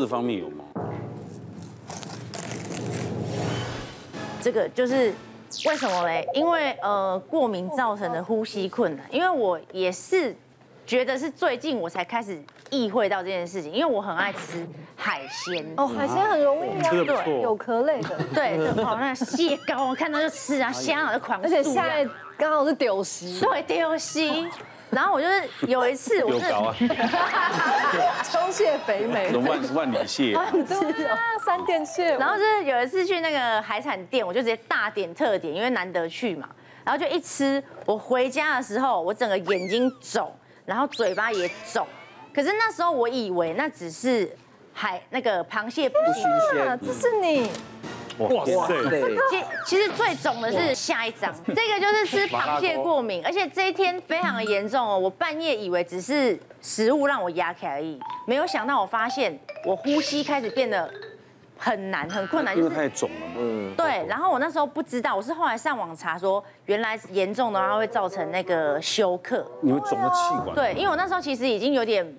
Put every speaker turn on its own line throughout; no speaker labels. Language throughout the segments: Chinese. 这方面有吗？
这个就是为什么嘞？因为呃，过敏造成的呼吸困难。因为我也是觉得是最近我才开始意会到这件事情，因为我很爱吃海鲜。
哦，海鲜很容易啊，
这个不错
有壳类的，
对，就哦，那蟹膏我看到就吃啊，香啊，就狂
而且现在
在
刚好是丢席，
对丢西。然后我就是有一次，我
有
真的
搞啊，
松蟹肥美
那，种万万里蟹，
对啊，三电蟹，
然后就是有一次去那个海产店，我就直接大点特点，因为难得去嘛。然后就一吃，我回家的时候，我整个眼睛肿，然后嘴巴也肿。可是那时候我以为那只是海那个螃蟹不行，
啊，这是你
哇塞，
其 其实最肿的是下一张，这个就是吃螃蟹过敏，而且这一天非常的严重哦。我半夜以为只是食物让我压起来而已，没有想到我发现我呼吸开始变得很难、很困难，
因
就
为
是
太肿了嘛。
对，然后我那时候不知道，我是后来上网查说，原来严重的话会造成那个休克。
你会肿了气管。
对，因为我那时候其实已经有点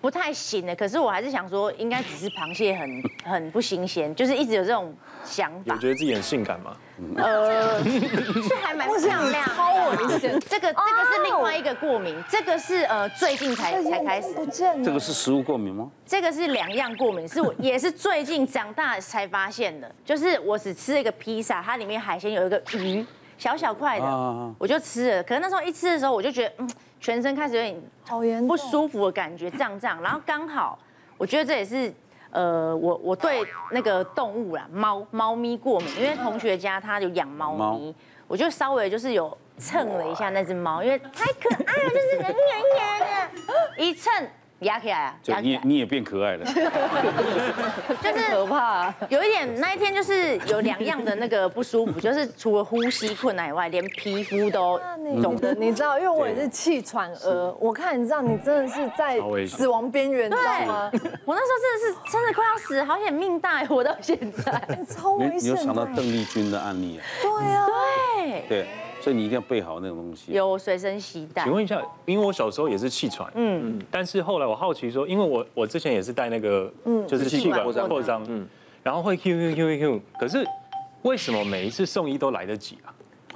不太行了，可是我还是想说，应该只是螃蟹很很不新鲜，就是一直有这种想
有
法，
觉得自己很性感吗？
是还蛮漂亮。
超
嗯
危险，
这个这个是另外一个过敏，这个是呃最近才才开始，
哎不见
这
了，
个是食物过敏吗？
这个是两样过敏，是 我也是最近长大才发现的。就是我只吃了一个披萨，它里面海鲜有一个鱼，小小块的
啊，
我就吃了。可是那时候一吃的时候，我就觉得嗯，全身开始有点
好严重，
不舒服的感觉，胀胀。然后刚好，我觉得这也是呃，我我对那个动物啦，猫猫咪过敏，因为同学家他有养猫咪
嗯
猫，
我就稍微就是有蹭了一下那只猫，因为太可爱了，就是黏黏黏的，一蹭压起来啊，
就
压
你
起
也。
来
你也变可 爱了，
就是
可怕，
有一点，那一天就是有两样的那个不舒服，就是除了呼吸困难以外，连皮肤都
嗯
你的你知道，因为我也是气喘儿，我看你知道，你真的是在
超危险
死亡边缘，你
对
知道吗？。
我那时候真的是真的快要死，好险命大，活到现 在。
超
你
危
你
险
有
的，
想到邓丽君的案例啊？
对啊，
对，
对，所以你一定要备好那种东西。啊
有随身携带
请。问一下，因为我小时候也是气喘，哎嗯，但是后来我好奇说，因为我我之前也是带那个，嗯，就是气管
气管
扩张，嗯，然后会 Q Q Q Q Q，可是为什么每一次送医都来得及啊？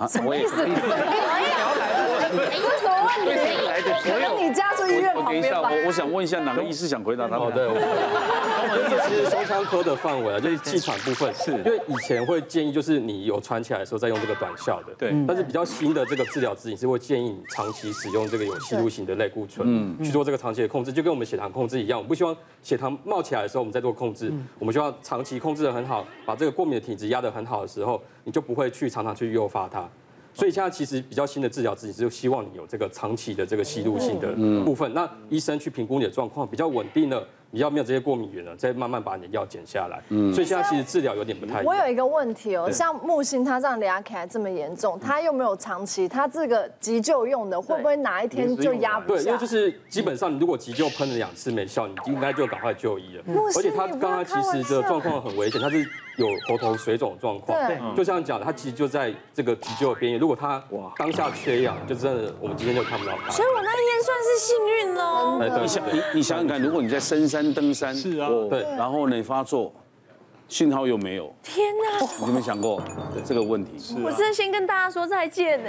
啊，我也是。
哎
为什么问题？ 可能你家住医院
我
旁
等一
边
下，
吧。
我我想问一下哪个医师想回答他
哦，
们？
对，我我这其实胸腔科的范围啊，就是气喘部分，是因为以前会建议就是你有穿起来的时候再用这个短效的，
对
但是比较新的这个治疗指引是会建议你长期使用这个有吸入型的类固醇，去做这个长期的控制，就跟我们血糖控制一样，我们不希望血糖冒起来的时候我们再做控制，我们需要长期控制的很好，把这个过敏的体质压得很好的时候，你就不会去常常去诱发它。所以现在其实比较新的治疗指引是希望你有这个长期的这个吸入性的部分，那医生去评估你的状况比较稳定了，你要没有这些过敏源了，再慢慢把你的药减下来。所以现在其实治疗有点不太一
我有
样。
一个问题哦，像木星他这样牙起来这么严重，他又没有长期，他这个急救用的会不会哪一天就压不
对，因
下
为就？是基本上你如果急救喷了两次没效，你应该就赶快就医了。而且他刚刚其实的状况很危险，他是有喉头水肿的状况。
对
就像讲的，他其实就在这个急救的边缘。如果他当下缺氧，就真的我们今天就看不到他。
我那一天算是幸运喽。
哎，对
你想你你想想看，如果你在深山登山，是
啊
对
然后呢发作，信号又没有，
天哪，
你有没有想过这个问题？是
我真的先跟大家说再见呢。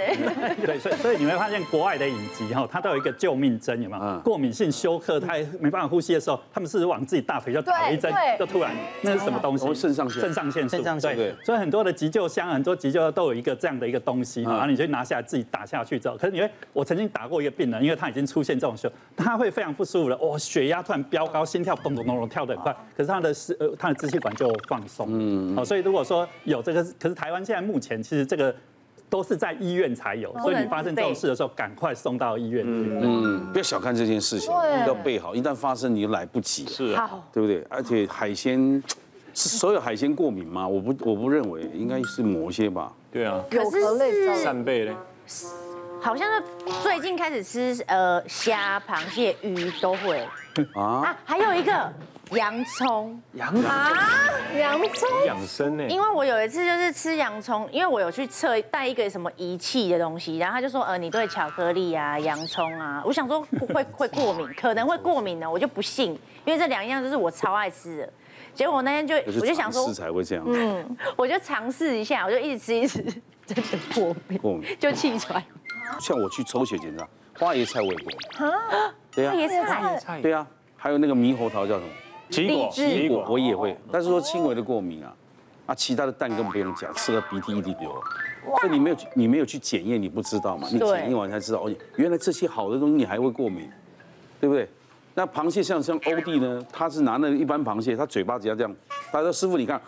对，所以所以你会发现国外的影集哈，它都有一个救命针，有没
嗯
有？过敏性休克，他没办法呼吸的时候，他们是往自己大腿就打了一针
对，
就突然那是什么东西
哦？肾上腺
肾上腺素。
肾上腺
对
对，所以很多的急救箱，很多急救都有一个这样的一个东
嗯
西，然后你就拿下来自己打下去之后，可是你会，我曾经打过一个病人，因为他已经出现这种休，他会非常不舒服的，哦，血压突然飙高，心跳咚咚咚咚跳得
啊
很快，可是他的是呃他的支气管就放松，嗯，好，所以如果说有这个，可是台湾现在目前其实这个。都是在医院才
哦
有，所以你发生这种事的时候，赶快送到医院去。
嗯
嗯
不要小看这件事情，
对
要备好，一旦发生你就来不及了，
是啊，
对不对？而且海鲜是所有海鲜过敏吗？我不我不认为，应该是某些吧。
对啊，
可
有何类
是是
扇贝嘞，
好像是最近开始吃呃虾、螃蟹、 鱼都会
啊，
啊，还有一个洋葱
洋葱
啊，
洋葱
养生欸呢。
因为我有一次就是吃洋葱，因为我有去测带一个什么仪器的东西，然后他就说，呃，你对巧克力啊、洋葱啊，我想说会会过敏，可能会过敏呢，我就不信，因为这两样就是我超爱吃的。结果我那天就
就是
我就想
尝
说嗯
试，才会这样，
我就尝试一下，我就一直吃一直吃，真的过敏，
过敏。
就气喘。
像我去抽血检查，花椰菜我也过敏。对呀、
叶菜
菜
对呀、啊还有那个猕猴桃叫什么？
奇异果，
荔枝
奇异
我
果，
我也会，但是说轻微的过敏啊，啊，其他的蛋更不用讲，吃了鼻涕一滴流啊。这你没有去你没有去检验，你不知道嘛？你
对
检验完才知道，哦，原来这些好的东西你还会过敏，对不对？那螃蟹像像欧弟呢，他是拿那个一般螃蟹，他嘴巴只要这样，他说师傅你看，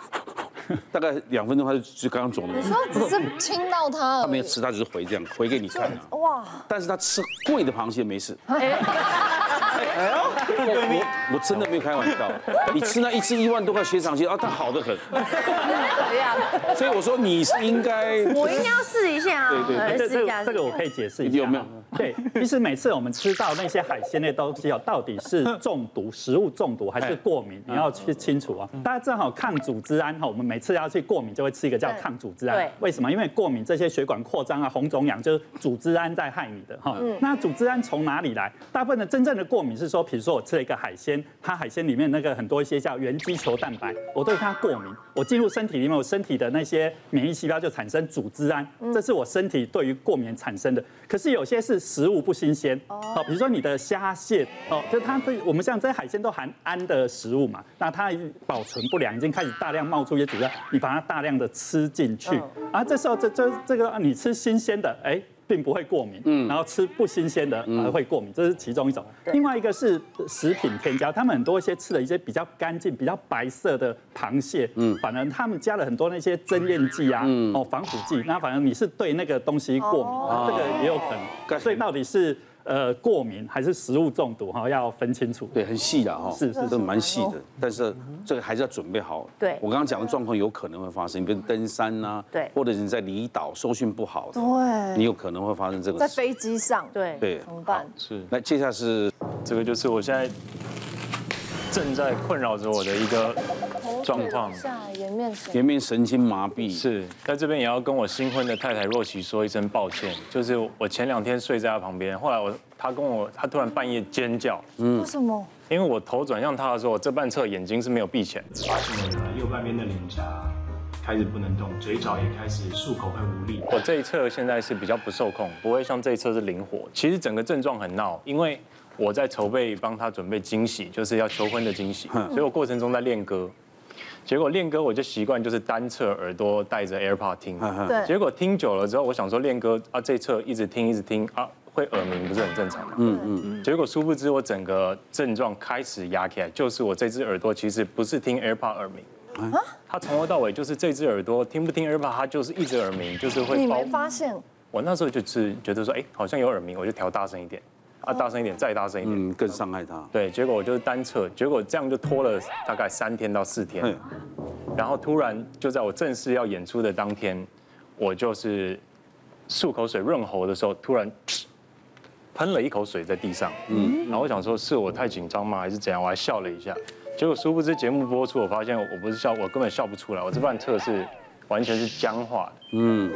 大概两分钟他就就刚刚肿了
你，说只是亲到它而
他没有
已，
吃，他就是回这样回给你看啊。
哇，
但是他吃贵的螃蟹没事。我我我真的没有开玩笑，你吃那一只一万多块雪场蟹啊，它好的 很。所以我说你是应该
我应该要试一下啊，
对对
呃
这
试
这
一下
个。这个我可以解释一下，
有没有？
对，其实每次我们吃到那些海鲜类东西哦，到底是中毒、食物中毒还是过敏，
嗯
你要去清楚啊。大家正好抗组织胺哈，我们每次要去过敏就会吃一个叫抗组织
对
胺，为什么？因为过敏这些血管扩张啊、红肿痒，就是组织胺在害你的哈。那组织胺从哪里来？大部分的真正的过敏是说，比如说我吃了一个海鲜，它海鲜里面那个很多一些叫原基球蛋白，我对它过敏，我进入身体里面，我身体的那些免疫细胞就产生组织胺，这是我身体对于过敏产生的。可是有些是食物不新鲜，哦，比如说你的虾蟹，哦，就它这我们像这些海鲜都含氨的食物嘛，那它保存不良，已经开始大量冒出一些组织胺，你把它大量的吃进去，啊，这时候这这这个啊你吃新鲜的，哎。并不会过敏，嗯，然后吃不新鲜的而会过敏，这是其中一种。另外一个是食品添加，他们很多一些吃了一些比较干净、比较白色的螃蟹，嗯，反而他们加了很多那些增艳剂啊，哦，防腐剂，那反而你是对那个东西过敏，这个也有可能。所以到底是呃过敏还是食物中毒哈，要分清楚。
对很细的哈，
是哦是是
这蛮细的，但是这个还是要准备好。
对
我刚刚讲的状况有可能会发生，比如登山呐，
对
或者你在离岛收讯不好的，
对
你有可能会发生这
哦在
个事。
飞机上，，
对，
对
怎，么办？
是
那接下来是
这个就是我现在正在困扰着我的一个状况。
下颜面神，
颜面神经麻痹，
是在这边也要跟我新婚的太太若琪说一声抱歉，就是我前两天睡在她旁边，后来我她跟我她突然半夜尖叫，
为什么？
因为我头转向她的时候，我这半侧眼睛是没有闭起来，
发现了右半边的脸颊开始不能动，嘴角也开始漱口会无力。
我这一侧现在是比较不受控，不会像这一侧是灵活。其实整个症状很闹，因为我在筹备帮她准备惊喜，就是要求婚的惊喜，所以我过程中在练歌，结果练歌我就习惯就是单侧耳朵戴着 AirPod 听，
对
结果听久了之后，我想说练歌啊，这一侧一直听一直听啊，会耳鸣不是很正常吗？嗯嗯。结果殊不知我整个症状开始压起来，就是我这只耳朵其实不是听 AirPod 耳鸣。它从头到尾就是这只耳朵听不听 AirPod，它就是一直耳鸣，就是会
你
包
没。发现？
我那时候就是觉得说，哎，好像有耳鸣，我就调大声一点，啊，大声一点，再大声一点。
嗯，更伤害他。
对，结果我就是单侧，结果这样就拖了大概三天到四天
嗯。
然后突然就在我正式要演出的当天，我就是漱口水润喉的时候，突然喷了一口水在地上。嗯，然后我想说是我太紧张吗，还是怎样？我还笑了一下。结果殊不知节目播出，我发现我不是笑，我根本笑不出来，我这半侧是完全是僵化的。嗯，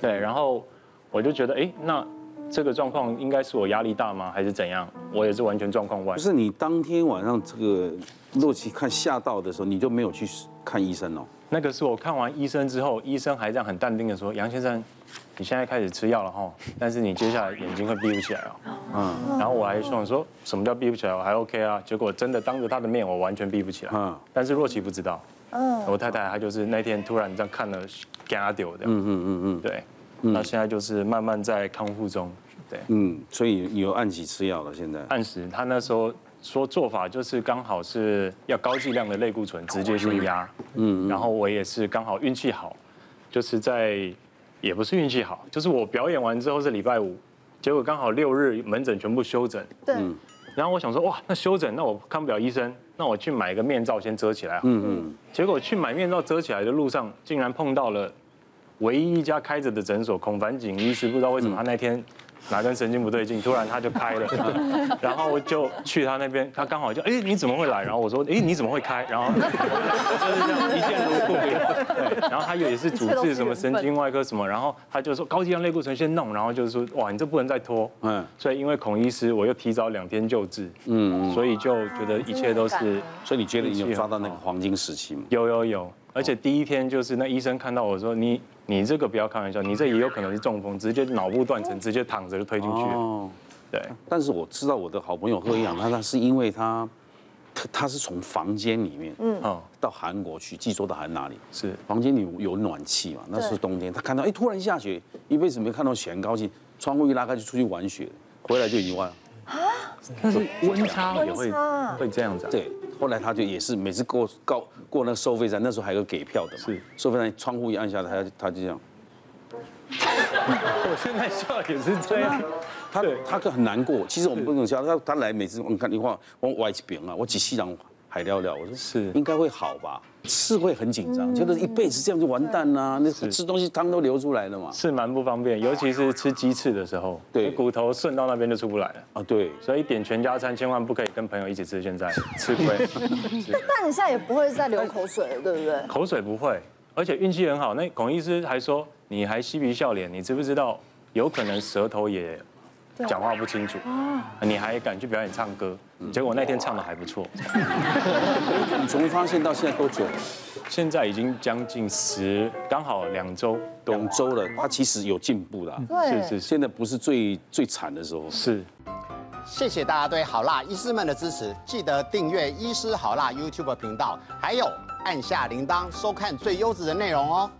对，然后我就觉得，哎，那这个状况应该是我压力大吗，还是怎样？我也是完全状况外
不。是你当天晚上这个洛奇看吓到的时候，你就没有去看医生哦？
那个是我看完医生之后，医生还这样很淡定的说：“杨先生，你现在开始吃药了哈，但是你接下来眼睛会闭不起来哦。”嗯，然后我还想说什么叫闭不起来，我还 OK 啊。结果真的当着他的面，我完全闭不起来。
嗯
嗯，但是若琪不知道。嗯，我太太她就是那天突然这样看了，嘎丢的。嗯嗯嗯嗯，对。那现在就是慢慢在康复中，对，
嗯，所以你有按起吃药了，现在
按时。他那时候说做法就是刚好是要高剂量的类固醇直接去压，嗯，然后我也是刚好运气好，就是在也不是运气好，就是我表演完之后是礼拜五，结果刚好六日门诊全部休诊，
对，
然后我想说哇，那休诊那我看不了医生，那我去买一个面罩先遮起来，嗯嗯，结果去买面罩遮起来的路上，嗯竟然碰到了。唯一一家开着的诊所，孔凡景医师不知道为什么他那天哪根神经不对劲，突然他就 开了，然后就去他那边，他刚好就哎、你怎么会来？然后我说哎、你怎么会开？ 然后就是这样一见如故，对，然后他也是主治什么神经外科什么，然后他就说高剂量类固醇先弄，然后就是说哇你这不能再拖，
嗯
嗯，所以因为孔医师我又提早两天救治，嗯，所以就觉得一切都是
啊
所以你觉得你有抓到那个黄金时期吗？
有有有，而且第一天就是那医生看到我说你你这个不要开玩笑，你这也有可能是中风，直接脑部断
哦
层，直接躺着就推进去了，
哦，
对。
但是我知道我的好朋友贺一阳，他他是因为他他他是从房间里面嗯
嗯
到韩国去，济州到韩哪里
是
房间里有暖气嘛，那是冬天，他看到哎突然下雪，一辈子没看到雪，很高兴，窗户一拉开就出去玩雪，回来就意外了。
但是温差也
温
会
差
会这样子、啊，
对，后来他就也是每次过高过那个收费站，那时候还有给票的嘛，
是
收费站窗户一按下来，他他就这样，
我现在笑也是这样，
他他很难过。其实我们不能笑，他他来每次你看你话我歪一边啊，我几西洋海聊聊，我说
是嗯
应该会好吧，是会很紧张，觉得一辈子这样就完蛋啦、那吃东西汤都流出来了嘛。
是蛮不方便，尤其是吃鸡翅的时候，
对
骨头顺到那边就出不来了。
啊，对，
所以点全家餐千万不可以跟朋友一起吃，现在吃亏。是
但你现在也不会再流口水了，对不对？
口水不会，而且运气很好。那孔医师还说你还嬉皮笑脸，你知不知道有可能舌头也讲话不清楚？啊你还敢去表演唱歌？结果那天唱的还不错，
你从发现到现在多久了？
现在已经将近十，刚好两周多。
两周了，他其实有进步的啊、
对，
嗯是是是
现在不是最最惨的时候。
是。
谢谢大家对好辣医师们的支持，记得订阅医师好辣 YouTube 频道，还有按下铃铛收看最优质的内容哦。